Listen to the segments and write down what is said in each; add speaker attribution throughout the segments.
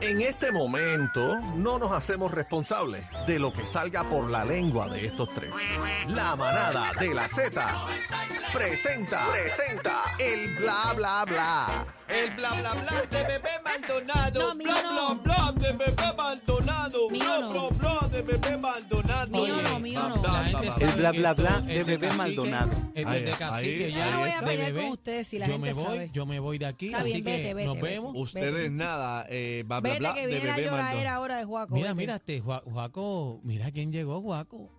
Speaker 1: En este momento no nos hacemos responsables de lo que salga por la lengua de estos tres. La manada de la Z presenta, presenta el bla bla bla.
Speaker 2: El bla bla bla de bebé Maldonado.
Speaker 3: No, mío
Speaker 2: bla
Speaker 3: no.
Speaker 2: bla bla de bebé Maldonado.
Speaker 3: Mío
Speaker 2: bla
Speaker 3: no.
Speaker 2: bla bla de bebé Maldonado.
Speaker 3: Mío
Speaker 2: Oye,
Speaker 3: no, mío
Speaker 2: bla,
Speaker 3: no.
Speaker 2: bla, bla,
Speaker 4: La gente
Speaker 2: bla,
Speaker 4: sabe
Speaker 2: bla.
Speaker 5: El bla,
Speaker 4: que
Speaker 5: bla,
Speaker 4: esto
Speaker 5: bla de
Speaker 4: es del
Speaker 5: Bebé
Speaker 4: cacique,
Speaker 5: Maldonado.
Speaker 3: Este
Speaker 4: es
Speaker 2: Ahí,
Speaker 4: del de cacique
Speaker 2: ahí,
Speaker 3: ahí
Speaker 4: ya, es
Speaker 3: está. Yo voy a
Speaker 4: de
Speaker 3: pelear
Speaker 4: bebé.
Speaker 3: con ustedes si la
Speaker 4: yo
Speaker 3: gente
Speaker 4: me voy,
Speaker 3: sabe.
Speaker 4: Yo me voy de aquí,
Speaker 3: Está
Speaker 4: así
Speaker 3: bien,
Speaker 4: que
Speaker 3: vete, vete,
Speaker 4: nos
Speaker 3: vete.
Speaker 4: vemos.
Speaker 2: Ustedes
Speaker 3: Vete.
Speaker 2: nada, eh, bla bla
Speaker 3: Vete
Speaker 2: bla
Speaker 3: que
Speaker 2: de
Speaker 3: viene la
Speaker 2: bebé
Speaker 3: lloradera
Speaker 2: Maldonado.
Speaker 3: ahora de Juaco.
Speaker 4: Mira,
Speaker 3: vete.
Speaker 4: mira, este Jua- Juaco, mira quién llegó, Juaco.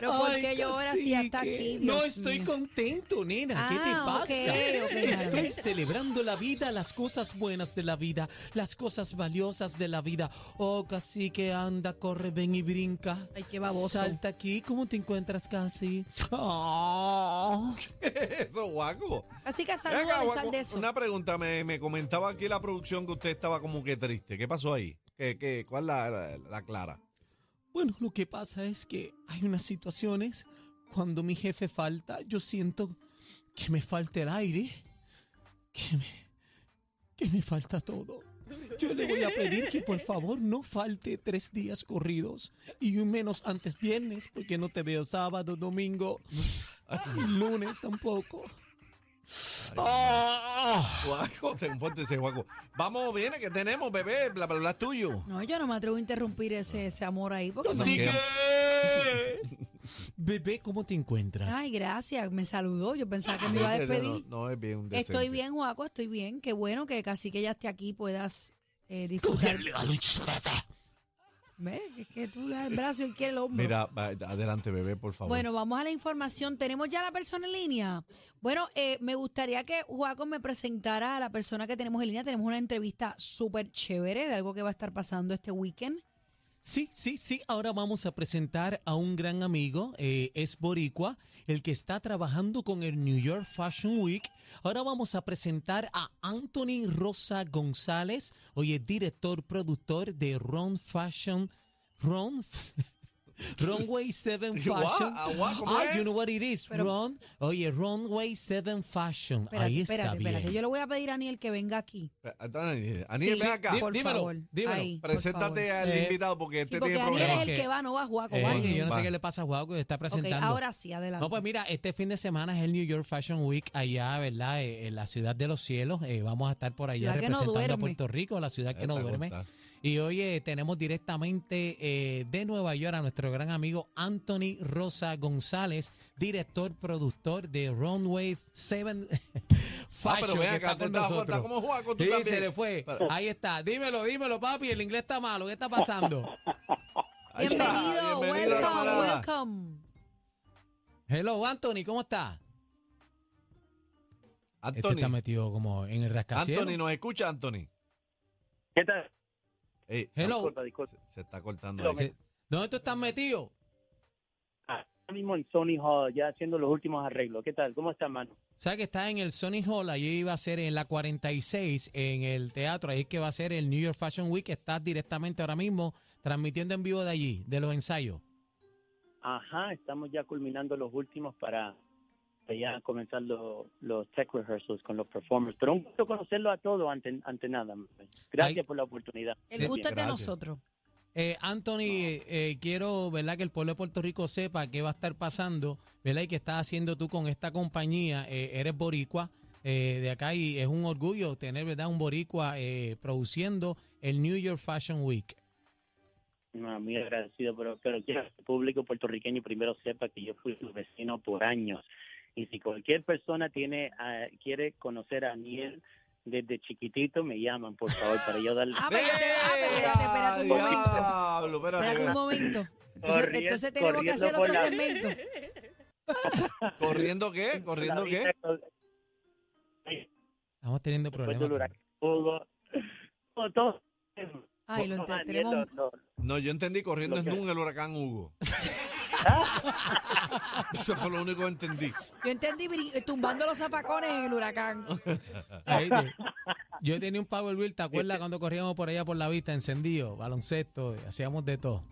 Speaker 3: Pero ¿por
Speaker 4: Ay,
Speaker 3: qué lloras si ya está
Speaker 4: cacique.
Speaker 3: aquí? Dios
Speaker 4: No, estoy
Speaker 3: mío?
Speaker 4: contento, nena. ¿Qué te
Speaker 3: Ah,
Speaker 4: pasa?
Speaker 3: ok, ok,
Speaker 4: estoy
Speaker 3: ok.
Speaker 4: celebrando la vida, las cosas buenas de la vida, las cosas valiosas de la vida. Oh, cacique, anda, corre, ven y brinca.
Speaker 3: Ay, qué baboso.
Speaker 4: Salta aquí. ¿Cómo te encuentras, casi? Ah.
Speaker 2: Eso, guaco.
Speaker 3: Así que
Speaker 2: Ven acá,
Speaker 3: saluda y sal
Speaker 2: guaco,
Speaker 3: de eso.
Speaker 2: Una pregunta, me, me comentaba aquí la producción que usted estaba como que triste. ¿Qué pasó ahí? ¿Qué, qué, ¿Cuál la, la, la clara?
Speaker 4: Bueno, lo que pasa es que hay unas situaciones cuando mi jefe falta, yo siento que me falta el aire, que me, que me falta todo. Yo le voy a pedir que por favor no falte tres días corridos y un menos antes viernes, porque no te veo sábado, domingo, y lunes tampoco. Ah,
Speaker 2: Guaco, ten fuerte ese guaco. Vamos, viene, que tenemos, bebé? Bla bla bla es tuyo.
Speaker 3: No, yo no me atrevo a interrumpir ese, ese amor ahí. Porque
Speaker 2: Así
Speaker 3: no-
Speaker 2: que-
Speaker 4: Bebé, ¿cómo te encuentras?
Speaker 3: Ay, gracias. Me saludó. Yo pensaba que me iba a despedir.
Speaker 2: No, no, es bien un
Speaker 3: Estoy
Speaker 2: decente.
Speaker 3: bien, Juaco, estoy bien. Qué bueno que casi que ya esté aquí puedas eh, disfrutar. ¿Ves? Es que tú le das el brazo y él quiere el hombro.
Speaker 2: Mira, va, adelante, bebé, por favor.
Speaker 3: Bueno, vamos a la información. Tenemos ya la persona en línea. Bueno, eh, me gustaría que Juaco me presentara a la persona que tenemos en línea. Tenemos una entrevista súper chévere de algo que va a estar pasando este weekend.
Speaker 4: Sí, sí, sí. Ahora vamos a presentar a un gran amigo, eh, es Boricua, el que está trabajando con el New York Fashion Week. Ahora vamos a presentar a Anthony Rosa González, oye, director, productor de Ron Fashion. Ron. Runway 7
Speaker 2: Guau,
Speaker 4: Fashion.
Speaker 2: ah, guau, ¿cómo
Speaker 4: Ah,
Speaker 2: es?
Speaker 4: you know what it is,
Speaker 3: Pero-
Speaker 4: Ron. Oye, Runway 7 Fashion.
Speaker 3: Espérate,
Speaker 4: Ahí está
Speaker 3: espérate,
Speaker 4: bien.
Speaker 3: espérate. Yo le voy a pedir a Aniel que venga aquí.
Speaker 2: Aniel, Aniel,
Speaker 3: Sí,
Speaker 2: Eh, ven acá.
Speaker 3: por
Speaker 4: dímelo,
Speaker 3: favor.
Speaker 4: dímelo.
Speaker 3: Ahí, por
Speaker 2: Preséntate
Speaker 3: favor.
Speaker 2: al
Speaker 4: Eh,
Speaker 2: invitado porque
Speaker 3: Sí,
Speaker 2: este
Speaker 3: porque
Speaker 2: tiene
Speaker 3: Aniel es
Speaker 2: problemas.
Speaker 3: el que va, no va Juaco.
Speaker 4: Eh,
Speaker 3: Juaco.
Speaker 4: que yo no
Speaker 2: Va.
Speaker 4: sé qué le pasa a Juaco que está
Speaker 3: Ok,
Speaker 4: presentando.
Speaker 3: ahora sí, adelante.
Speaker 4: No, pues mira, este fin de semana es el New York Fashion Week allá, ¿verdad? Eh, en la ciudad de los cielos. Eh, vamos a estar por allá
Speaker 3: Ciudad que no
Speaker 4: representando a
Speaker 3: duerme.
Speaker 4: Puerto Rico, la ciudad que no
Speaker 2: Esta
Speaker 4: duerme.
Speaker 2: cosa.
Speaker 4: Y hoy eh, tenemos directamente eh, de Nueva York a nuestro gran amigo Anthony Rosa González, director, productor de Runway 7
Speaker 2: Ah,
Speaker 4: Fashion,
Speaker 2: pero ven
Speaker 4: que
Speaker 2: acá,
Speaker 4: está
Speaker 2: tú
Speaker 4: con
Speaker 2: estás está
Speaker 4: nosotros.
Speaker 2: como Juaco, tú
Speaker 4: Sí,
Speaker 2: también.
Speaker 4: se le fue. Ah,
Speaker 2: Pero-
Speaker 4: Ahí está. Dímelo, dímelo, papi. El inglés está malo. ¿Qué está pasando?
Speaker 2: Ahí está,
Speaker 3: Bienvenido,
Speaker 2: ah, bienvenido,
Speaker 3: welcome,
Speaker 4: Este
Speaker 2: camarada.
Speaker 3: welcome.
Speaker 4: Hello, Anthony, ¿cómo está? Este está
Speaker 2: Anthony,
Speaker 4: metido como en el rascacielos.
Speaker 2: Anthony, ¿nos escucha, Anthony?
Speaker 5: ¿Qué tal?
Speaker 2: Eh,
Speaker 4: Hello.
Speaker 5: Disculpa, disculpa.
Speaker 2: Se, se está cortando.
Speaker 5: Hello,
Speaker 2: ahí.
Speaker 4: Se- ¿Dónde tú estás metido?
Speaker 5: Ah, Ahora mismo en Sony Hall, ya haciendo los últimos arreglos. ¿Qué tal? ¿Cómo está, mano?
Speaker 4: ¿Sabes que está en el Sony Hall? Allí va a ser en la 46, en el teatro. Ahí es que va a ser el New York Fashion Week. Estás directamente ahora mismo transmitiendo en vivo de allí, de los ensayos.
Speaker 5: Ajá, estamos ya culminando los últimos para para ya comenzar lo- los tech rehearsals con los performers. Pero un gusto conocerlo a todos ante, ante nada. man. Gracias
Speaker 4: Ay.
Speaker 5: por la oportunidad.
Speaker 3: El gusto es de
Speaker 2: Gracias.
Speaker 3: nosotros.
Speaker 4: Eh, Anthony, eh, eh, quiero ¿verdad? que el pueblo de Puerto Rico sepa qué va a estar pasando ¿verdad? y qué estás haciendo tú con esta compañía. Eh, eres boricua eh, de acá y es un orgullo tener ¿verdad? un boricua eh, produciendo el New York Fashion Week.
Speaker 5: No, muy agradecido, pero, pero quiero que el público puertorriqueño primero sepa que yo fui su vecino por años. Y si cualquier persona tiene ah, quiere conocer a Aniel desde chiquitito, me llaman, por favor, para yo darle...
Speaker 3: Ah, pero ya te- ah, pero espérate, espérate un momento.
Speaker 2: ¡Eh! Diablo, espérate,
Speaker 3: Espérate un momento. Entonces,
Speaker 5: Corriendo-
Speaker 3: entonces tenemos que
Speaker 5: corriendo
Speaker 3: hacer
Speaker 5: por
Speaker 3: otro
Speaker 5: la-
Speaker 3: segmento.
Speaker 2: ¿Corriendo qué? ¿Corriendo
Speaker 3: eh.
Speaker 5: La
Speaker 2: qué?
Speaker 5: vida con-
Speaker 4: Estamos teniendo
Speaker 5: Después
Speaker 4: problemas.
Speaker 5: del
Speaker 4: con-
Speaker 5: huracán. Hugo. Todo- todo-
Speaker 3: Ay, lo
Speaker 5: todo,
Speaker 3: ent-
Speaker 5: Daniel,
Speaker 3: tenemos.
Speaker 5: lo- lo-
Speaker 2: No, yo entendí corriendo
Speaker 5: Lo
Speaker 2: es
Speaker 5: que-
Speaker 2: un el huracán Hugo. Eso fue lo único que entendí.
Speaker 3: Yo entendí brin- tumbando los zapacones en el huracán.
Speaker 4: Ahí te- yo tenía un Power Bill, ¿te acuerdas cuando corríamos por allá por la vista, encendido, baloncesto, hacíamos de todo?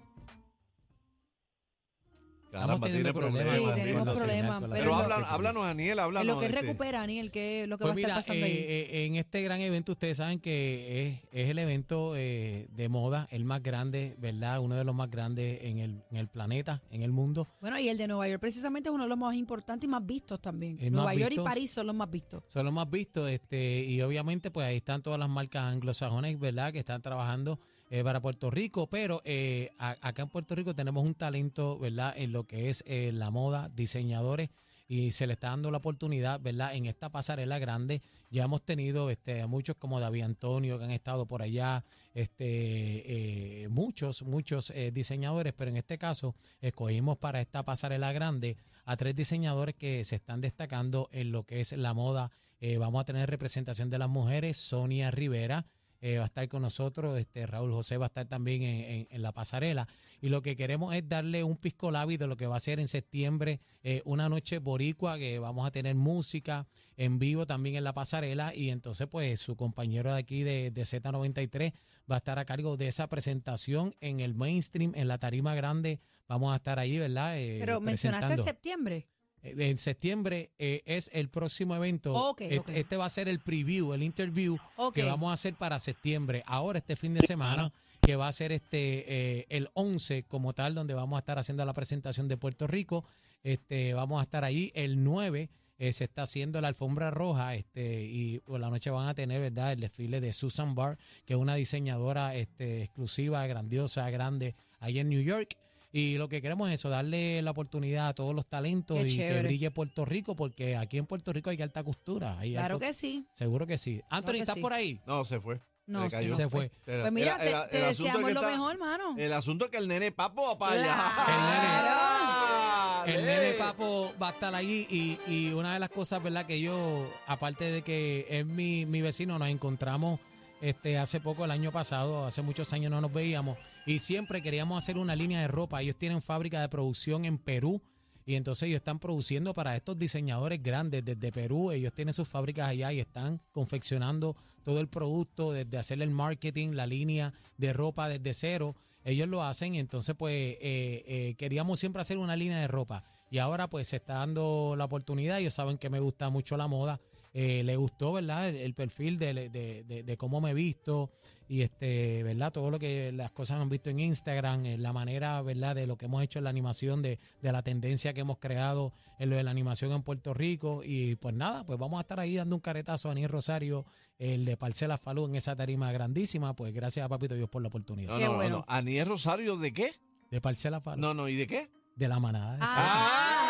Speaker 2: Caramba, tiene
Speaker 4: teniendo
Speaker 2: problemas.
Speaker 4: problemas
Speaker 3: Sí,
Speaker 4: con
Speaker 2: Aniel.
Speaker 3: tenemos
Speaker 4: Aniel.
Speaker 3: problemas,
Speaker 4: Con la-
Speaker 2: Pero
Speaker 3: Pero
Speaker 2: hablan, háblanos, Aniel,
Speaker 3: En
Speaker 2: háblanos.
Speaker 3: lo que
Speaker 2: este,
Speaker 3: recupera, Aniel, ¿qué, lo que
Speaker 4: Pues
Speaker 3: va a estar
Speaker 4: mira,
Speaker 3: pasando ahí?
Speaker 4: eh, eh, en este gran evento ustedes saben que eh, es, es el evento eh, de moda, el más grande, ¿verdad? Uno de los más grandes en el, en el planeta, en el mundo.
Speaker 3: Bueno, y el de Nueva York precisamente es uno de los más importantes y más vistos también.
Speaker 4: El más
Speaker 3: Nueva York y
Speaker 4: vistos.
Speaker 3: París son los más vistos.
Speaker 4: Son los más vistos, este, y obviamente, pues ahí están todas las marcas anglosajones, ¿verdad?, que están trabajando eh, para Puerto Rico, pero eh, a- acá en Puerto Rico tenemos un talento, ¿verdad?, en lo que es eh, la moda, diseñadores, y se le está dando la oportunidad, ¿verdad?, en esta pasarela grande. Ya hemos tenido este, a muchos como David Antonio que han estado por allá, este, eh, muchos, muchos eh, diseñadores, pero en este caso escogimos para esta pasarela grande a tres diseñadores que se están destacando en lo que es la moda. Eh, vamos a tener representación de las mujeres, Sonia Rivera. eh, va a estar con nosotros, este Raúl José va a estar también en, en- en la pasarela. Y lo que queremos es darle un pisco lápiz de lo que va a ser en septiembre, eh, una noche boricua, que vamos a tener música en vivo también en la pasarela. Y entonces, pues, su compañero de aquí de, de Z93 va a estar a cargo de esa presentación en el mainstream, en la tarima grande. Vamos a estar ahí, ¿verdad? Eh,
Speaker 3: Pero mencionaste
Speaker 4: presentando.
Speaker 3: septiembre.
Speaker 4: Eh, En septiembre eh, es el próximo evento.
Speaker 3: Ok,
Speaker 4: este,
Speaker 3: ok.
Speaker 4: este va a ser el preview, el interview
Speaker 3: Ok.
Speaker 4: que vamos a hacer para septiembre. Ahora, este fin de semana, que va a ser este eh, el 11 como tal, donde vamos a estar haciendo la presentación de Puerto Rico. Este, vamos a estar ahí el 9. eh, se está haciendo la alfombra roja este, y por la noche van a tener verdad el desfile de Susan Barr, que es una diseñadora este, exclusiva, grandiosa, grande, allá en New York. Y lo que queremos es eso, darle la oportunidad a todos los talentos
Speaker 3: Qué
Speaker 4: y que
Speaker 3: chévere.
Speaker 4: brille Puerto Rico, porque aquí en Puerto Rico hay alta costura. Hay
Speaker 3: Claro
Speaker 4: alto-
Speaker 3: que sí.
Speaker 4: Seguro que sí. Anthony,
Speaker 3: que
Speaker 4: ¿estás
Speaker 3: sí.
Speaker 4: por ahí?
Speaker 2: No, se fue.
Speaker 3: No,
Speaker 2: le
Speaker 3: sí,
Speaker 2: cayó.
Speaker 3: no.
Speaker 4: Se fue.
Speaker 3: Pues mira, te- te,
Speaker 2: asunto es
Speaker 3: deseamos
Speaker 2: que
Speaker 3: lo
Speaker 2: está-
Speaker 3: mejor, hermano.
Speaker 2: El asunto es que el nene papo va para allá.
Speaker 3: Claro.
Speaker 4: El
Speaker 2: Dale.
Speaker 4: nene Papo va a estar allí y, y una de las cosas, ¿verdad? Que yo, aparte de que es mi, mi vecino, nos encontramos este, hace poco, el año pasado, hace muchos años no nos veíamos y siempre queríamos hacer una línea de ropa. Ellos tienen fábrica de producción en Perú y entonces ellos están produciendo para estos diseñadores grandes desde Perú. Ellos tienen sus fábricas allá y están confeccionando todo el producto, desde hacer el marketing, la línea de ropa desde cero. Ellos lo hacen y entonces pues eh, eh, queríamos siempre hacer una línea de ropa y ahora pues se está dando la oportunidad. Ellos saben que me gusta mucho la moda. Eh, le gustó, ¿verdad? El, el perfil de, de- de- de cómo me he visto y este, ¿verdad? Todo lo que las cosas han visto en Instagram, eh, la manera, ¿verdad? De lo que hemos hecho en la animación, de, de la tendencia que hemos creado en lo de la animación en Puerto Rico y pues nada, pues vamos a estar ahí dando un caretazo a Daniel Rosario, el de Parcela Falú en esa tarima grandísima, pues gracias a Papito Dios por la oportunidad.
Speaker 2: No,
Speaker 3: Qué
Speaker 2: no, no,
Speaker 3: bueno.
Speaker 2: no. ¿Aniel Rosario de qué?
Speaker 4: De Parcela Falú,
Speaker 2: No, no, ¿y de qué?
Speaker 4: de la manada. de Z.
Speaker 2: ¡Ah!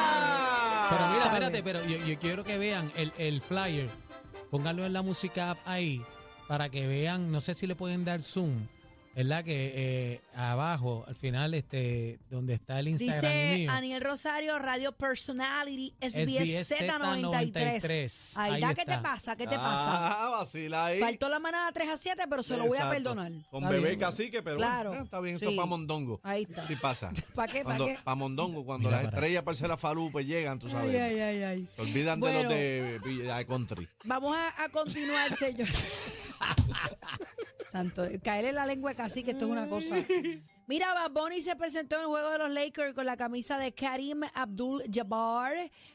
Speaker 4: Pero mira,
Speaker 3: Chávez.
Speaker 4: espérate, pero yo, yo quiero que vean el, el flyer. Pónganlo en la música app ahí para que vean. No sé si le pueden dar zoom. ¿Verdad? Que eh, abajo, al final, este, donde está el Instagram
Speaker 3: Dice
Speaker 4: mío.
Speaker 3: Aniel Rosario, Radio Personality, SBS
Speaker 4: SBS93.
Speaker 3: Z93. Ahí
Speaker 4: Ahí
Speaker 3: da, ¿qué te
Speaker 4: está.
Speaker 3: pasa? ¿Qué te pasa?
Speaker 2: Ah, vacila ahí.
Speaker 3: Faltó la manada 3 a 7, pero se lo voy a
Speaker 2: Exacto.
Speaker 3: perdonar.
Speaker 2: Con
Speaker 4: Está
Speaker 2: bebé
Speaker 4: bien.
Speaker 2: cacique, pero
Speaker 3: Claro.
Speaker 2: bueno, eh, está bien, eso
Speaker 3: Sí.
Speaker 2: para mondongo.
Speaker 3: Ahí está.
Speaker 2: Sí pasa.
Speaker 3: ¿Para qué? ¿Para
Speaker 2: Cuando,
Speaker 3: qué?
Speaker 2: pa' mondongo, cuando
Speaker 4: Mira
Speaker 2: las
Speaker 4: para-
Speaker 2: estrellas parcelas Falú pues llegan, tú sabes.
Speaker 3: Ay, ay, ay, ay.
Speaker 2: Se olvidan de
Speaker 3: Bueno.
Speaker 2: los de Villa de Country.
Speaker 3: Vamos a, a continuar, señor. Santo, caerle la lengua casi que esto es una cosa. Mira, Bad Bunny se presentó en el juego de los Lakers con la camisa de Karim Abdul-Jabbar.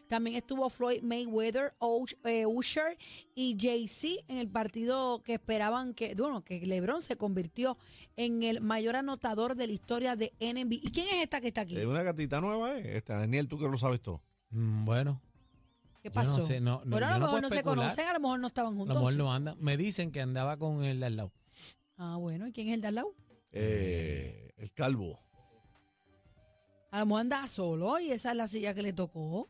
Speaker 3: También estuvo Floyd Mayweather, Ush- eh, Usher y Jay-Z en el partido que esperaban que, bueno, que LeBron se convirtió en el mayor anotador de la historia de NBA. ¿Y quién es esta que está aquí?
Speaker 2: Es una gatita nueva, eh. Esta, Daniel, tú que lo sabes todo.
Speaker 4: Mm, bueno,
Speaker 3: ¿Qué
Speaker 4: no
Speaker 3: pasó?
Speaker 4: sé, no, no,
Speaker 3: bueno, a
Speaker 4: yo
Speaker 3: lo
Speaker 4: no
Speaker 3: mejor
Speaker 4: puedo
Speaker 3: no se
Speaker 4: especular.
Speaker 3: conocen, a lo mejor no estaban
Speaker 4: a
Speaker 3: juntos.
Speaker 4: lo mejor no anda. Me dicen que andaba con el de al lado.
Speaker 3: Ah, bueno, ¿y quién es el de al lado?
Speaker 2: Eh, el calvo.
Speaker 3: A lo mejor andaba solo y esa es la silla que le tocó.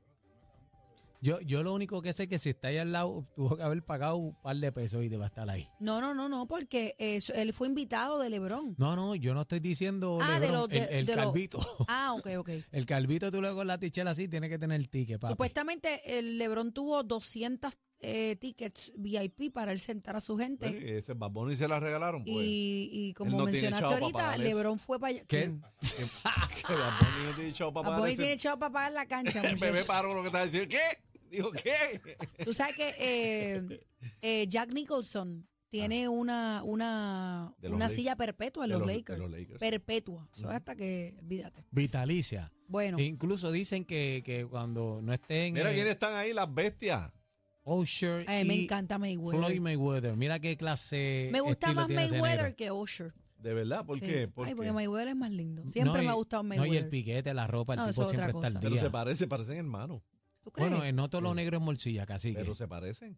Speaker 4: Yo, yo lo único que sé es que si está ahí al lado, tuvo que haber pagado un par de pesos y te va a estar ahí.
Speaker 3: No, no, no, no, porque eh, so- él fue invitado de Lebrón.
Speaker 4: No, no, yo no estoy diciendo
Speaker 3: Ah, de
Speaker 4: Lebron,
Speaker 3: los- de-
Speaker 4: el, el
Speaker 3: de los-
Speaker 4: calvito.
Speaker 3: Ah, ok, ok.
Speaker 4: El calvito tú luego con la tichela así tiene que tener el ticket, papi.
Speaker 3: Supuestamente el Lebrón tuvo 200 eh, tickets VIP para él sentar a su gente.
Speaker 2: Eh, ese babón y se la regalaron, pues.
Speaker 3: Y, y
Speaker 2: Él
Speaker 3: como
Speaker 2: no tiene
Speaker 3: mencionaste
Speaker 2: chavo para
Speaker 3: ahorita,
Speaker 2: pagar eso.
Speaker 3: Lebrón fue para allá.
Speaker 4: ¿Qué?
Speaker 3: ¿Quién?
Speaker 2: Que Bad Bunny no tiene chavo para
Speaker 3: Ah,
Speaker 2: pagar
Speaker 3: Boy
Speaker 2: ese-
Speaker 3: tiene chavo para pagar la cancha.
Speaker 2: El bebé
Speaker 3: muchacho.
Speaker 2: paró lo que estaba diciendo. ¿Qué? Dijo, ¿qué?
Speaker 3: Tú sabes que eh, eh, Jack Nicholson tiene una, una,
Speaker 2: Ah. De los
Speaker 3: una
Speaker 2: Lakers.
Speaker 3: silla perpetua en
Speaker 2: De
Speaker 3: los,
Speaker 2: los-
Speaker 3: Lakers.
Speaker 2: de los Lakers.
Speaker 3: Perpetua. Eso es hasta que, olvídate.
Speaker 4: Vitalicia.
Speaker 3: Bueno,
Speaker 4: E incluso dicen que, que cuando no estén
Speaker 2: Mira
Speaker 4: eh,
Speaker 2: quiénes están ahí, las bestias.
Speaker 4: Usher
Speaker 3: ay, me
Speaker 4: y
Speaker 3: encanta Mayweather.
Speaker 4: Floyd Mayweather. Mira qué clase.
Speaker 3: me gusta
Speaker 4: estilo
Speaker 3: más
Speaker 4: tiene ese
Speaker 3: Mayweather
Speaker 4: negro.
Speaker 3: que Usher.
Speaker 2: De verdad, ¿por
Speaker 3: Sí.
Speaker 2: qué? ¿Por
Speaker 3: Ay,
Speaker 2: qué?
Speaker 3: porque Mayweather es más lindo. Siempre
Speaker 4: No, y-
Speaker 3: me ha gustado
Speaker 4: No, y el
Speaker 3: Mayweather.
Speaker 4: piquete, la ropa, el
Speaker 3: No, eso
Speaker 4: tipo
Speaker 3: es otra
Speaker 4: siempre está al
Speaker 3: cosa.
Speaker 4: día.
Speaker 2: pero se parecen, parecen hermanos.
Speaker 3: ¿Tú crees?
Speaker 4: Bueno, eh, no todos los negros es morcilla, casi que.
Speaker 2: Pero se parecen.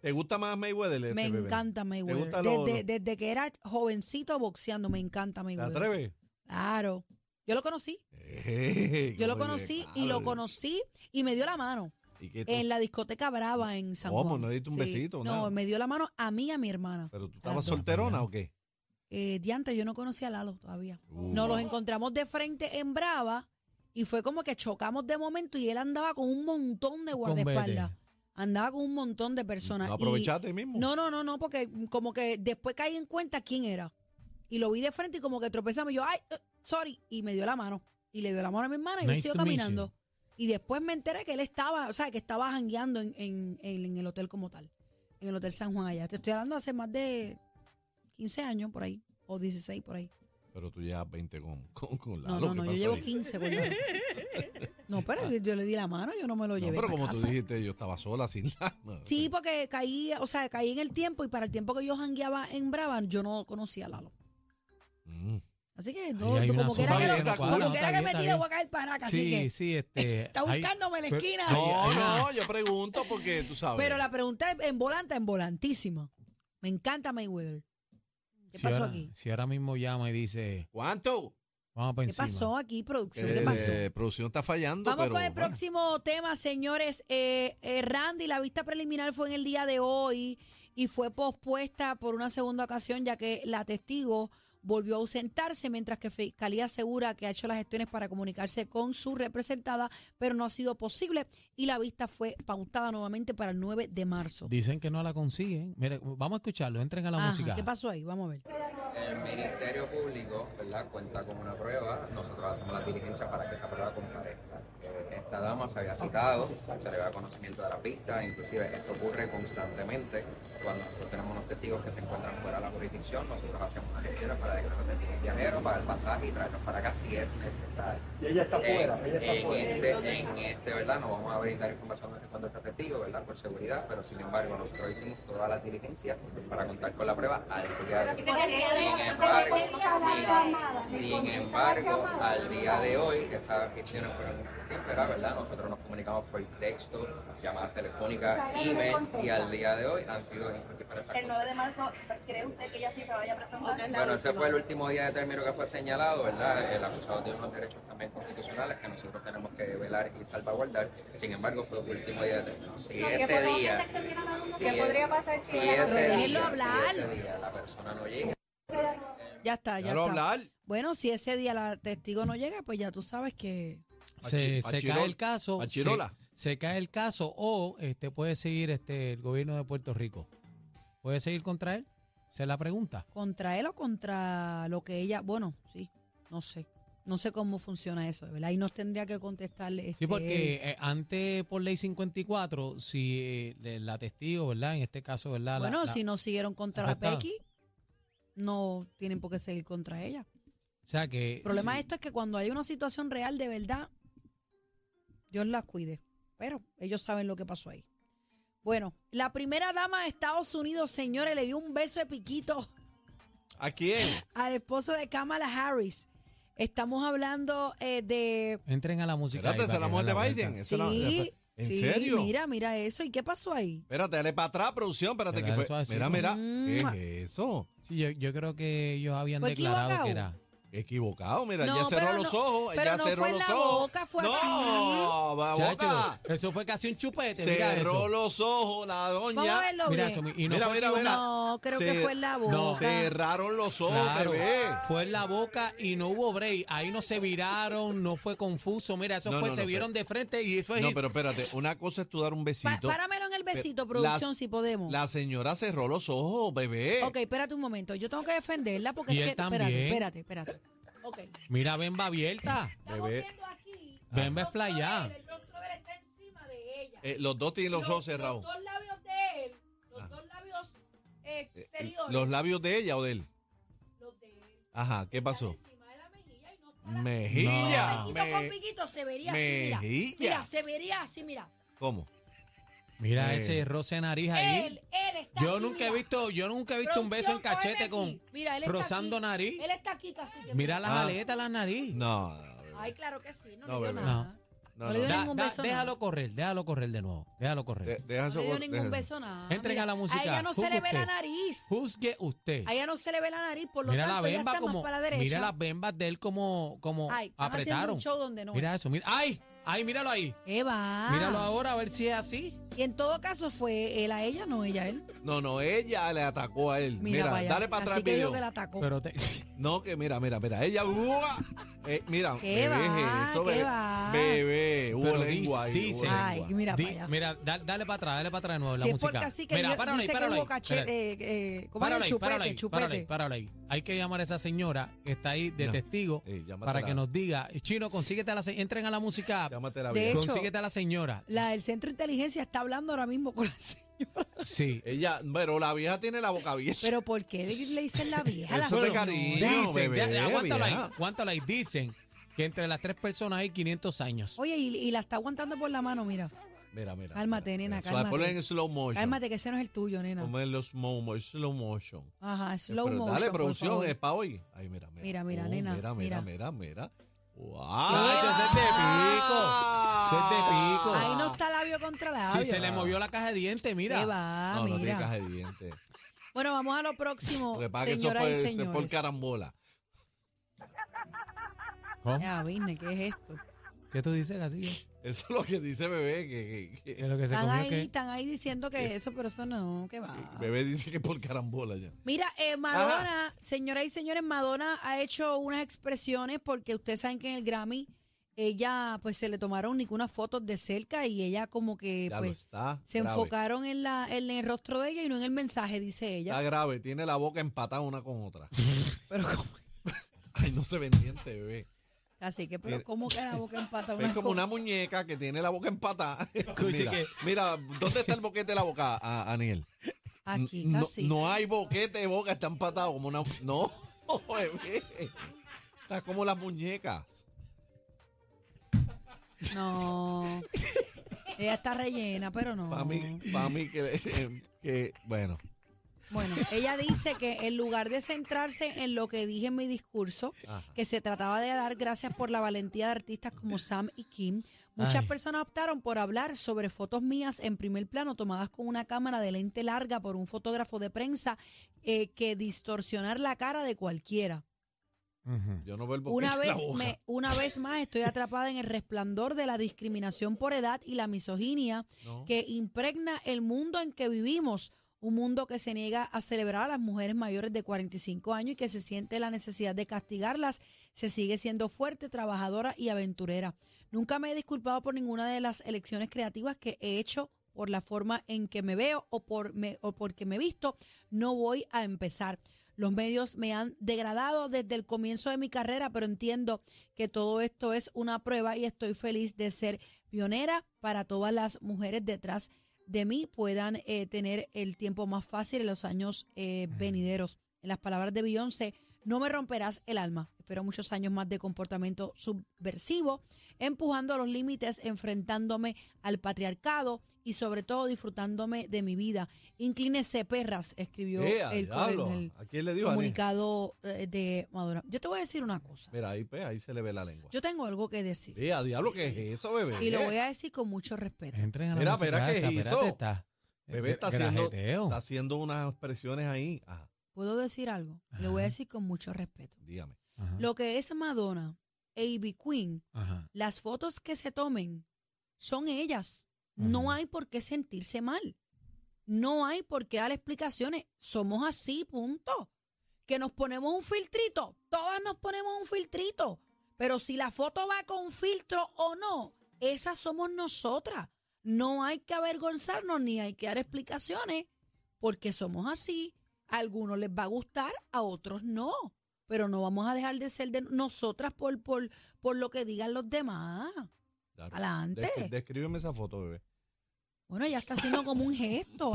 Speaker 2: ¿Te gusta más Mayweather? este
Speaker 3: me
Speaker 2: bebé?
Speaker 3: encanta Mayweather.
Speaker 2: gusta
Speaker 3: desde,
Speaker 2: lo- lo-
Speaker 3: desde que era jovencito boxeando, me encanta
Speaker 2: ¿Te
Speaker 3: Mayweather.
Speaker 2: atreves?
Speaker 3: Claro. Yo lo conocí.
Speaker 2: Eh,
Speaker 3: Yo lo
Speaker 2: ¿cómo es?
Speaker 3: conocí y
Speaker 2: Claro.
Speaker 3: lo conocí y me dio la mano
Speaker 2: ¿Y qué tú-
Speaker 3: en la discoteca Brava en San
Speaker 2: ¿Cómo?
Speaker 3: Juan.
Speaker 2: ¿No le diste un besito,
Speaker 3: No,
Speaker 2: nada?
Speaker 3: me dio la mano a mí y a mi hermana.
Speaker 2: ¿Pero tú
Speaker 3: Las
Speaker 2: estabas
Speaker 3: dos.
Speaker 2: solterona o qué?
Speaker 3: Eh, diantre, yo no conocía a Lalo todavía.
Speaker 2: Uh.
Speaker 3: Nos los encontramos de frente en Brava y fue como que chocamos de momento y él andaba con un montón de
Speaker 4: Con
Speaker 3: guardaespaldas.
Speaker 4: vete.
Speaker 3: Andaba con un montón de personas.
Speaker 2: ¿No
Speaker 3: y-
Speaker 2: aprovechaste ahí mismo?
Speaker 3: No, no, no, no, porque como que después caí en cuenta quién era. Y lo vi de frente y como que tropezamos. Y yo, ay, eh, sorry. Y me dio la mano. Y le dio la mano a mi hermana y yo
Speaker 4: Nice
Speaker 3: sigo
Speaker 4: to meet
Speaker 3: caminando. Y después me enteré que él estaba, o sea, que estaba jangueando en, en- en- en el hotel como tal. En el Hotel San Juan allá. Te estoy hablando hace más de 15 años por ahí. O 16 por ahí.
Speaker 2: Pero tú llevas 20 con, con, con
Speaker 3: No,
Speaker 2: Lalo.
Speaker 3: no,
Speaker 2: ¿qué
Speaker 3: no. Yo
Speaker 2: pasó
Speaker 3: llevo
Speaker 2: ahí?
Speaker 3: 15 con Lalo. No, pero yo, yo le di la mano, yo no me lo
Speaker 2: No,
Speaker 3: llevé.
Speaker 2: pero
Speaker 3: pa'
Speaker 2: como tú
Speaker 3: casa.
Speaker 2: dijiste, yo estaba sola, sin nada.
Speaker 3: Sí, porque caí, o sea, caí en el tiempo y para el tiempo que yo jangueaba en Brava, yo no conocía a Lalo.
Speaker 2: Mm.
Speaker 3: Así que
Speaker 4: Ahí
Speaker 3: no,
Speaker 4: hay una
Speaker 3: como quiera
Speaker 2: sopa
Speaker 3: que,
Speaker 2: bien,
Speaker 3: lo-
Speaker 2: está
Speaker 3: como
Speaker 2: cool, no,
Speaker 3: quiera que
Speaker 4: está bien,
Speaker 3: me
Speaker 4: está
Speaker 3: tire, voy a
Speaker 4: bien.
Speaker 3: caer para acá, así
Speaker 4: Sí,
Speaker 3: que.
Speaker 4: sí, este.
Speaker 3: está
Speaker 4: hay-
Speaker 3: buscándome en la
Speaker 4: pero-
Speaker 3: esquina.
Speaker 4: hay-
Speaker 2: No,
Speaker 4: hay una-
Speaker 2: no, yo pregunto porque tú sabes.
Speaker 3: Pero la pregunta es en volanta, en volantísima. Me encanta Mayweather. ¿Qué
Speaker 4: si
Speaker 3: pasó
Speaker 4: ahora,
Speaker 3: aquí?
Speaker 4: Si ahora mismo llama y dice,
Speaker 2: ¿Cuánto?
Speaker 4: vamos para
Speaker 3: ¿Qué
Speaker 4: encima.
Speaker 3: pasó aquí, producción?
Speaker 2: Eh,
Speaker 3: ¿Qué pasó?
Speaker 2: eh, producción está fallando.
Speaker 3: Vamos
Speaker 2: pero,
Speaker 3: con el
Speaker 2: bueno.
Speaker 3: próximo tema, señores. Eh, eh, Randy, la vista preliminar fue en el día de hoy y fue pospuesta por una segunda ocasión ya que la testigo volvió a ausentarse mientras que Fiscalía asegura que ha hecho las gestiones para comunicarse con su representada, pero no ha sido posible y la vista fue pautada nuevamente para el 9 de marzo.
Speaker 4: Dicen que no la consiguen. Mire, vamos a escucharlo, entren a la
Speaker 3: Ajá,
Speaker 4: música.
Speaker 3: ¿Qué pasó ahí? Vamos a ver.
Speaker 6: El Ministerio Público, ¿verdad? Cuenta con una prueba, nosotros hacemos la diligencia para que esa prueba comparezca. Eh, Esta dama se había citado, se le da conocimiento de la pista, inclusive esto ocurre constantemente. Cuando nosotros tenemos unos testigos que se encuentran fuera de la jurisdicción, nosotros hacemos una gestión para declarar los testigos viajeros, para el pasaje y traerlos para acá si es necesario. ella está fuera, en, Este, en este, ¿verdad? No vamos a brindar información de cuando está testigo, ¿verdad? Por seguridad, pero sin embargo nosotros hicimos todas las diligencias para contar con la prueba al día de hoy. Sin embargo, sin- sin embargo, al día de hoy, esas gestiones fueron fructíferas, ¿verdad? Nosotros nos comunicamos por texto, llamadas telefónicas, emails, y al día de hoy han sido infructíferas esas
Speaker 7: El 9 de marzo, ¿cree usted que ella sí se vaya a presentar?
Speaker 6: bueno, ese fue el último día de término que fue señalado, ¿verdad? El acusado tiene unos derechos también constitucionales que nosotros tenemos que velar y salvaguardar. Sin embargo, fue el último día de término. Si ese día. si
Speaker 7: ¿Qué
Speaker 6: el-
Speaker 7: podría pasar si
Speaker 6: si
Speaker 7: ella-
Speaker 6: ese
Speaker 3: Pero
Speaker 6: día-
Speaker 3: déjenlo
Speaker 6: si
Speaker 3: hablar.
Speaker 6: ese día la persona no llega.
Speaker 3: Ya está, ya
Speaker 2: Déjalo
Speaker 3: está.
Speaker 2: hablar.
Speaker 3: Bueno, si ese día la testigo no llega, pues ya tú sabes que
Speaker 4: Se,
Speaker 2: Pachi-
Speaker 4: se
Speaker 2: Pachirol-
Speaker 4: cae el caso. Se,
Speaker 2: Pachirola.
Speaker 4: se cae el caso o este puede seguir este el gobierno de Puerto Rico. ¿Puede seguir contra él? Se la pregunta.
Speaker 3: ¿Contra él o contra lo que ella? Bueno, sí, no sé. No sé cómo funciona eso, de ¿verdad? Y no tendría que contestarle.
Speaker 4: Sí,
Speaker 3: este,
Speaker 4: porque eh, antes por ley 54, si eh, le- la testigo, ¿verdad? En este caso, ¿verdad? La-
Speaker 3: Bueno,
Speaker 4: la-
Speaker 3: si no siguieron contra la
Speaker 4: arrestada.
Speaker 3: Pequi, no tienen por qué seguir contra ella.
Speaker 4: O sea que...
Speaker 3: El problema
Speaker 4: si-
Speaker 3: de esto es que cuando hay una situación real de verdad, Dios las cuide. Pero ellos saben lo que pasó ahí. Bueno, la primera dama de Estados Unidos, señores, le dio un beso de piquito
Speaker 2: ¿A quién?
Speaker 3: al esposo de Kamala Harris. Estamos hablando eh, de
Speaker 4: Entren a la música. ahí
Speaker 2: Espérate, esa
Speaker 4: para
Speaker 2: es la
Speaker 4: que
Speaker 2: mujer de
Speaker 4: den vuelta.
Speaker 2: Biden. esa es la-
Speaker 3: sí,
Speaker 2: ¿En
Speaker 3: sí,
Speaker 2: serio?
Speaker 3: Mira, mira eso. ¿Y qué pasó ahí?
Speaker 2: Espérate, dale para atrás, producción. Espérate,
Speaker 4: Dale,
Speaker 2: que fue.
Speaker 4: suavecito.
Speaker 2: Mira, mira.
Speaker 3: Mua.
Speaker 2: ¿Qué es eso?
Speaker 4: Sí, yo, yo creo que ellos habían
Speaker 3: Fue
Speaker 4: declarado
Speaker 3: equivocado.
Speaker 4: que era.
Speaker 2: Equivocado, mira,
Speaker 3: No,
Speaker 2: ella cerró
Speaker 3: pero no-
Speaker 2: los ojos.
Speaker 3: pero
Speaker 2: Ella
Speaker 3: no
Speaker 2: cerró
Speaker 3: fue en
Speaker 2: los
Speaker 3: la
Speaker 2: ojos.
Speaker 3: boca, fue
Speaker 2: No, va boca.
Speaker 4: Chacho, eso fue casi un chupete. mira
Speaker 2: Cerró
Speaker 4: eso.
Speaker 2: los ojos, la
Speaker 3: Vamos
Speaker 2: doña.
Speaker 3: a verlo
Speaker 4: Mira
Speaker 3: bien.
Speaker 4: eso, mi- y no
Speaker 2: Mira,
Speaker 4: fue
Speaker 2: mira,
Speaker 4: equivocado.
Speaker 2: mira.
Speaker 3: No, creo que
Speaker 2: Se-
Speaker 3: fue en la boca.
Speaker 4: No.
Speaker 2: Cerraron los ojos,
Speaker 4: Claro,
Speaker 2: bebé.
Speaker 4: fue en la boca y no hubo break. Ahí no se viraron, no fue confuso. Mira, eso
Speaker 2: No,
Speaker 4: fue,
Speaker 2: no,
Speaker 4: se
Speaker 2: no,
Speaker 4: vieron de frente y eso
Speaker 2: No,
Speaker 4: es.
Speaker 2: pero espérate, una cosa es tú dar un
Speaker 3: Pues Pa-
Speaker 2: besito.
Speaker 3: páramelo en el besito,
Speaker 2: Pe-
Speaker 3: producción,
Speaker 2: las-
Speaker 3: si podemos.
Speaker 2: La señora cerró los ojos, bebé.
Speaker 3: Ok, espérate un momento. Yo tengo que defenderla porque
Speaker 4: Y
Speaker 3: es
Speaker 4: él
Speaker 3: que. Espérate,
Speaker 4: también.
Speaker 3: espérate, espérate. Ok.
Speaker 4: Mira, Bemba abierta.
Speaker 2: Ah. Bebé.
Speaker 3: aquí.
Speaker 4: Bemba es playa.
Speaker 3: El rostro de él está encima de ella.
Speaker 2: Eh, los dos tienen los ojos cerrados.
Speaker 3: dos labios de él,
Speaker 2: los Ah.
Speaker 3: dos labios exteriores.
Speaker 2: ¿Los labios de ella o de él?
Speaker 3: los de él.
Speaker 2: Ajá, ¿qué pasó?
Speaker 3: Encima de la mejilla y no está la-
Speaker 2: Mejilla.
Speaker 3: Piquito
Speaker 2: me-
Speaker 3: con piquito se vería así,
Speaker 2: Mejilla.
Speaker 3: mira. Mira, se vería así, mira.
Speaker 2: ¿Cómo?
Speaker 4: Mira
Speaker 2: Eh.
Speaker 4: ese roce de nariz ahí.
Speaker 3: Él, él está
Speaker 4: yo
Speaker 3: aquí,
Speaker 4: nunca he
Speaker 3: mira.
Speaker 4: visto, yo nunca he visto un beso en
Speaker 3: Producción,
Speaker 4: cachete
Speaker 3: cógeme
Speaker 4: con
Speaker 3: aquí. Mira, él está
Speaker 4: rozando
Speaker 3: aquí.
Speaker 4: nariz.
Speaker 3: Él está aquí casi. que
Speaker 4: Mira las
Speaker 2: Ah.
Speaker 4: aletas, las nariz.
Speaker 2: No, no, no,
Speaker 3: Ay, claro que sí, no,
Speaker 2: No,
Speaker 3: le dio
Speaker 2: bebé.
Speaker 3: nada.
Speaker 2: no,
Speaker 3: No le dio
Speaker 2: no.
Speaker 4: Da-
Speaker 3: ningún
Speaker 4: da-
Speaker 3: beso,
Speaker 4: déjalo
Speaker 3: no.
Speaker 4: correr, déjalo correr de nuevo. Déjalo correr.
Speaker 2: De- Deja
Speaker 3: No
Speaker 2: eso.
Speaker 3: le dio
Speaker 2: deja
Speaker 3: ningún
Speaker 2: eso.
Speaker 3: beso nada.
Speaker 4: Entren
Speaker 3: Mira,
Speaker 4: a la música,
Speaker 3: A ella no se le ve
Speaker 4: juzgue
Speaker 3: la
Speaker 4: usted.
Speaker 3: nariz.
Speaker 4: Juzgue usted.
Speaker 3: A ella no se le ve la nariz, por lo
Speaker 4: mira la
Speaker 3: tanto ella
Speaker 4: bemba
Speaker 3: está
Speaker 4: como
Speaker 3: más para la derecha.
Speaker 4: mira las bembas de él como como
Speaker 3: Ay, están haciendo
Speaker 4: apretaron.
Speaker 3: un show donde no eh.
Speaker 4: mira eso, mira, ay, ay, míralo ahí.
Speaker 3: Eva.
Speaker 4: Míralo ahora a ver si es así.
Speaker 3: Y en todo caso fue él a ella, no ella a él.
Speaker 2: No, no, ella le atacó a él.
Speaker 3: Mira,
Speaker 2: Mira,
Speaker 3: vaya.
Speaker 2: dale para atrás
Speaker 3: Así
Speaker 2: el
Speaker 3: que
Speaker 2: video.
Speaker 3: dijo que la atacó.
Speaker 4: Pero te-
Speaker 2: No, que mira, mira, mira. Ella. ¡uah! Eh, mira, bebé,
Speaker 3: ¿Qué va?
Speaker 2: es eso,
Speaker 3: ¿Qué
Speaker 2: bebé.
Speaker 3: va?
Speaker 2: Bebé, hubo
Speaker 4: Pero
Speaker 2: lengua ahí,
Speaker 4: dice-
Speaker 2: hubo
Speaker 4: dice-
Speaker 2: lengua.
Speaker 3: Ay, mira
Speaker 4: di-
Speaker 3: para allá.
Speaker 4: mira, da- dale para atrás, dale para atrás de nuevo la
Speaker 3: si es
Speaker 4: música.
Speaker 3: porque así que
Speaker 4: mira,
Speaker 3: dio-
Speaker 4: páralo ahí,
Speaker 3: dice que
Speaker 4: páralo ahí.
Speaker 3: hubo
Speaker 4: Espérate.
Speaker 3: cachete, eh, eh, ¿cómo era?
Speaker 4: Páralo ahí,
Speaker 3: Chupete,
Speaker 4: páralo ahí,
Speaker 3: chupete.
Speaker 4: páralo ahí, páralo ahí. Hay que llamar a esa señora que está ahí de
Speaker 2: Ya.
Speaker 4: testigo
Speaker 2: Sí, llámatela.
Speaker 4: para que nos diga, Chino, consíguete a la se- entren a la música.
Speaker 2: Llámate la
Speaker 3: De
Speaker 2: vieja.
Speaker 3: hecho-
Speaker 4: Consíguete a la señora.
Speaker 3: La del centro de inteligencia está hablando ahora mismo con la señora.
Speaker 4: Sí.
Speaker 2: Ella, pero la vieja tiene la boca abierta.
Speaker 3: Pero ¿por qué le, le dicen la vieja? a la
Speaker 2: Eso de
Speaker 3: señora?
Speaker 2: cariño.
Speaker 4: Dicen,
Speaker 2: bebé,
Speaker 4: ya- ya, aguántalo ahí,
Speaker 2: vieja.
Speaker 4: aguántalo ahí. Dicen que entre las tres personas hay 500 años.
Speaker 3: Oye, y, y la está aguantando por la mano, mira.
Speaker 2: Mira, mira.
Speaker 3: Cálmate,
Speaker 2: mira,
Speaker 3: nena,
Speaker 2: mira.
Speaker 3: cálmate.
Speaker 2: Ponlo en slow motion.
Speaker 3: Cálmate que ese no es el tuyo, nena.
Speaker 2: Ponlo en slow mo- slow motion.
Speaker 3: Ajá,
Speaker 2: Eh,
Speaker 3: slow
Speaker 2: pero
Speaker 3: motion.
Speaker 2: Dale,
Speaker 3: por
Speaker 2: producción,
Speaker 3: favor.
Speaker 2: es para hoy. Ay, mira, mira. Uh,
Speaker 3: Mira, mira, nena,
Speaker 2: Mira, mira,
Speaker 3: mira.
Speaker 2: mira, mira. ¡Wow! este
Speaker 4: Ah, eso es de pico. Eso es de pico.
Speaker 3: Ahí no está labio contra labio.
Speaker 4: Si se
Speaker 2: Ah.
Speaker 4: le movió la caja de dientes,
Speaker 3: ¿Qué
Speaker 4: mira.
Speaker 3: va?
Speaker 2: no, no tiene
Speaker 3: ah, mira.
Speaker 2: caja de dientes.
Speaker 3: bueno, vamos a lo próximo,
Speaker 2: Porque para que eso es
Speaker 3: señoras
Speaker 2: por,
Speaker 3: y
Speaker 2: eso es
Speaker 3: señores.
Speaker 2: por carambola.
Speaker 3: Ya, viste, ¿qué es esto?
Speaker 4: ¿Qué tú dices, así?
Speaker 2: Eso es lo que dice bebé. Que, que- que-
Speaker 4: lo que se
Speaker 3: Están
Speaker 4: comió
Speaker 3: ahí,
Speaker 4: que
Speaker 3: están ahí diciendo que eso, pero eso no, ¿qué va?
Speaker 2: bebé dice que es por carambola ya.
Speaker 3: Mira, eh, Madonna, señoras y señores, Madonna ha hecho unas expresiones porque ustedes saben que en el Grammy ella, pues se le tomaron ninguna fotos de cerca y ella como que
Speaker 2: Ya lo
Speaker 3: pues
Speaker 2: está.
Speaker 3: se
Speaker 2: grave.
Speaker 3: enfocaron en, la, en el rostro de ella y no en el mensaje, dice ella.
Speaker 2: Está grave. Tiene la boca empatada una con otra.
Speaker 3: Pero ¿cómo?
Speaker 2: Ay, no se ven dientes, bebé.
Speaker 3: Así que, pero ¿cómo que la boca empata
Speaker 2: eh, Es
Speaker 3: una
Speaker 2: como
Speaker 3: con-
Speaker 2: una muñeca que tiene la boca empatada.
Speaker 4: Escuche
Speaker 2: mira,
Speaker 4: que-
Speaker 2: mira, ¿dónde está el boquete de la boca, a- Aniel?
Speaker 3: Aquí,
Speaker 2: no,
Speaker 3: casi.
Speaker 2: no hay boquete de boca, está empatado como una. No, bebé. Está como las muñecas.
Speaker 3: No. Ella está rellena, pero no.
Speaker 2: Para mí, pa' mí que, em, que. Bueno,
Speaker 3: Bueno, ella dice que en lugar de centrarse en lo que dije en mi discurso,
Speaker 2: Ajá.
Speaker 3: que se trataba de dar gracias por la valentía de artistas como Sam y Kim, muchas
Speaker 4: Ay.
Speaker 3: personas optaron por hablar sobre fotos mías en primer plano tomadas con una cámara de lente larga por un fotógrafo de prensa eh, que distorsionar la cara de cualquiera.
Speaker 2: yo no veo el boquete.
Speaker 3: Una
Speaker 2: de la
Speaker 3: vez,
Speaker 2: boca.
Speaker 3: me- una vez más estoy atrapada en el resplandor de la discriminación por edad y la misoginia
Speaker 2: No.
Speaker 3: que impregna el mundo en que vivimos. Un mundo que se niega a celebrar a las mujeres mayores de 45 años y que se siente la necesidad de castigarlas. Se sigue siendo fuerte, trabajadora y aventurera. Nunca me he disculpado por ninguna de las elecciones creativas que he hecho por la forma en que me veo o, por me, o porque me he visto. No voy a empezar. Los medios me han degradado desde el comienzo de mi carrera, pero entiendo que todo esto es una prueba y estoy feliz de ser pionera para todas las mujeres detrás de mí puedan eh, tener el tiempo más fácil en los años eh, venideros. En las palabras de Beyoncé, no me romperás el alma. Espero muchos años más de comportamiento subversivo, empujando los límites, enfrentándome al patriarcado y sobre todo disfrutándome de mi vida. Inclínese, perras, escribió
Speaker 2: Eh, a
Speaker 3: el,
Speaker 2: diablo.
Speaker 3: el-
Speaker 2: ¿A quién le
Speaker 3: el
Speaker 2: digo Aniel?
Speaker 3: comunicado eh, de Madonna. Yo te voy a decir una cosa.
Speaker 2: Mira, ahí, pues, ahí se le ve la lengua.
Speaker 3: Yo tengo algo que decir.
Speaker 2: Eh, a diablo, ¿qué es eso, bebé?
Speaker 3: Y lo voy a decir con mucho respeto.
Speaker 4: Entren a la
Speaker 2: Mira,
Speaker 4: música.
Speaker 2: mira qué
Speaker 4: esta,
Speaker 2: hizo.
Speaker 4: espérate, está. eh,
Speaker 2: Bebé está haciendo,
Speaker 4: grajeteo.
Speaker 2: está haciendo unas expresiones ahí. Ah, Ajá,
Speaker 3: ¿Puedo decir algo? Lo voy a decir con mucho respeto.
Speaker 2: dígame.
Speaker 4: Ajá,
Speaker 3: Lo que es Madonna, A.B. Queen,
Speaker 4: ajá.
Speaker 3: las fotos que se tomen son ellas. No hay por qué sentirse mal. No hay por qué dar explicaciones. Somos así, punto. Que nos ponemos un filtrito. Todas nos ponemos un filtrito. Pero si la foto va con filtro o no, esas somos nosotras. No hay que avergonzarnos ni hay que dar explicaciones porque somos así. A algunos les va a gustar, a otros no. Pero no vamos a dejar de ser de nosotras por, por, por lo que digan los demás.
Speaker 2: Claro.
Speaker 3: Adelante.
Speaker 2: Descri- descríbeme esa foto, bebé.
Speaker 3: Bueno, ella está haciendo como un gesto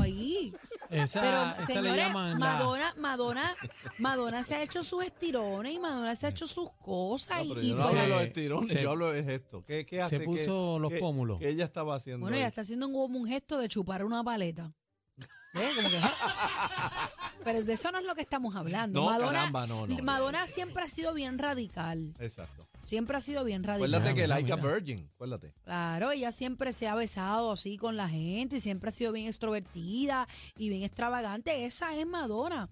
Speaker 3: ahí.
Speaker 4: Esa,
Speaker 3: Pero,
Speaker 4: esa
Speaker 3: señores,
Speaker 4: le llaman la-
Speaker 3: Madonna, Madonna, Madonna se ha hecho sus estirones y Madonna se ha hecho sus cosas. y-
Speaker 2: No, pero
Speaker 3: y
Speaker 2: yo no
Speaker 3: pues,
Speaker 2: hablo de
Speaker 4: Se-
Speaker 2: los estirones,
Speaker 4: se-
Speaker 2: yo hablo de esto. ¿Qué, qué
Speaker 4: se
Speaker 2: hace?
Speaker 4: puso
Speaker 2: ¿Qué-
Speaker 4: los
Speaker 2: qué-
Speaker 4: pómulos.
Speaker 2: ¿Qué ella estaba haciendo?
Speaker 3: bueno, ella
Speaker 2: ahí?
Speaker 3: está haciendo un, como un gesto de chupar una paleta. ¿Ves? Como que, ¡ah! Pero de eso no es lo que estamos hablando.
Speaker 2: No,
Speaker 3: Madonna,
Speaker 2: caramba, no, no, no.
Speaker 3: Madonna siempre ha sido bien radical.
Speaker 2: Exacto.
Speaker 3: Siempre ha sido bien radical.
Speaker 2: Acuérdate que
Speaker 4: mira,
Speaker 2: Laika
Speaker 4: mira.
Speaker 2: Virgin, acuérdate.
Speaker 3: Claro, ella siempre se ha besado así con la gente y siempre ha sido bien extrovertida y bien extravagante. Esa es Madonna.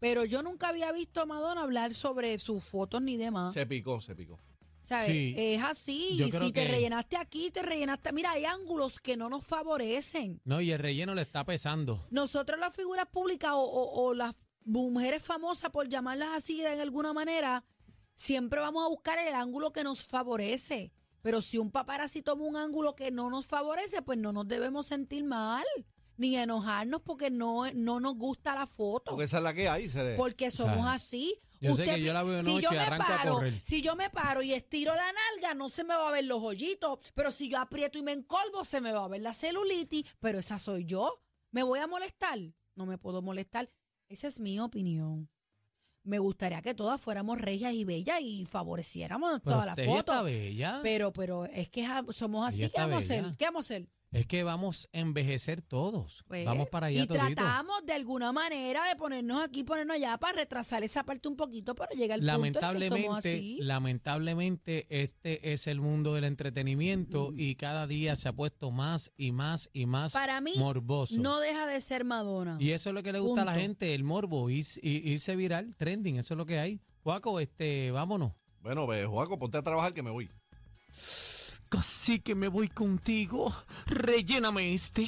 Speaker 3: Pero yo nunca había visto a Madonna hablar sobre sus fotos ni demás.
Speaker 2: Se picó, se picó.
Speaker 3: O sea,
Speaker 4: Sí.
Speaker 3: es así.
Speaker 4: Yo
Speaker 3: Y
Speaker 4: creo
Speaker 3: si te
Speaker 4: que-
Speaker 3: rellenaste aquí, te rellenaste. Mira, hay ángulos que no nos favorecen.
Speaker 4: No, y el relleno le está pesando.
Speaker 3: Nosotros las figuras públicas o, o- o las mujeres famosas, por llamarlas así de alguna manera, siempre vamos a buscar el ángulo que nos favorece. Pero si un paparazzi toma un ángulo que no nos favorece, pues no nos debemos sentir mal, ni enojarnos porque no, no nos gusta la foto.
Speaker 2: Porque esa es la que hay, se le-
Speaker 3: Porque somos
Speaker 4: Claro.
Speaker 3: así.
Speaker 4: Yo sé que yo la veo de noche y
Speaker 3: me
Speaker 4: arranco a
Speaker 3: paro,
Speaker 4: correr.
Speaker 3: Si yo me paro y estiro la nalga, no se me va a ver los hoyitos. Pero si yo aprieto y me encolvo, se me va a ver la celulitis. Pero esa soy yo. ¿Me voy a molestar? No me puedo molestar. Esa es mi opinión. Me gustaría que todas fuéramos regias y bellas y favoreciéramos
Speaker 4: Pero
Speaker 3: todas las
Speaker 4: usted ya está
Speaker 3: fotos.
Speaker 4: bella.
Speaker 3: Pero, pero es que ja- somos así.
Speaker 4: Ella
Speaker 3: ¿Qué
Speaker 4: está
Speaker 3: vamos a hacer?
Speaker 4: bella.
Speaker 3: ¿Qué vamos a hacer?
Speaker 4: Es que vamos a envejecer todos.
Speaker 3: Pues,
Speaker 4: vamos para allá
Speaker 3: Y
Speaker 4: todito.
Speaker 3: tratamos de alguna manera de ponernos aquí, ponernos allá para retrasar esa parte un poquito, pero llega el punto en que somos
Speaker 4: Lamentablemente,
Speaker 3: así.
Speaker 4: lamentablemente, este es el mundo del entretenimiento y cada día se ha puesto más y más y más
Speaker 3: Para mí,
Speaker 4: morboso.
Speaker 3: No deja de ser Madonna.
Speaker 4: y eso es lo que le gusta a la
Speaker 3: punto.
Speaker 4: gente, el morbo, ir- ir- irse viral, trending, eso es lo que hay. Juaco, este, vámonos.
Speaker 2: Bueno, ve, Juaco, ponte a trabajar que me voy.
Speaker 4: Casi que me voy contigo. Relléname este.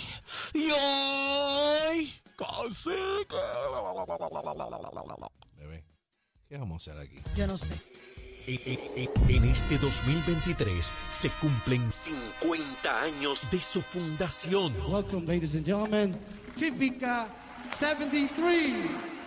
Speaker 4: Y hoy. Casi
Speaker 2: Bebé, ¿qué vamos a hacer aquí?
Speaker 3: Yo no sé.
Speaker 8: En- En E, en- en este 2023 se cumplen 50 años de su fundación.
Speaker 9: Welcome, ladies and gentlemen, Típica 73.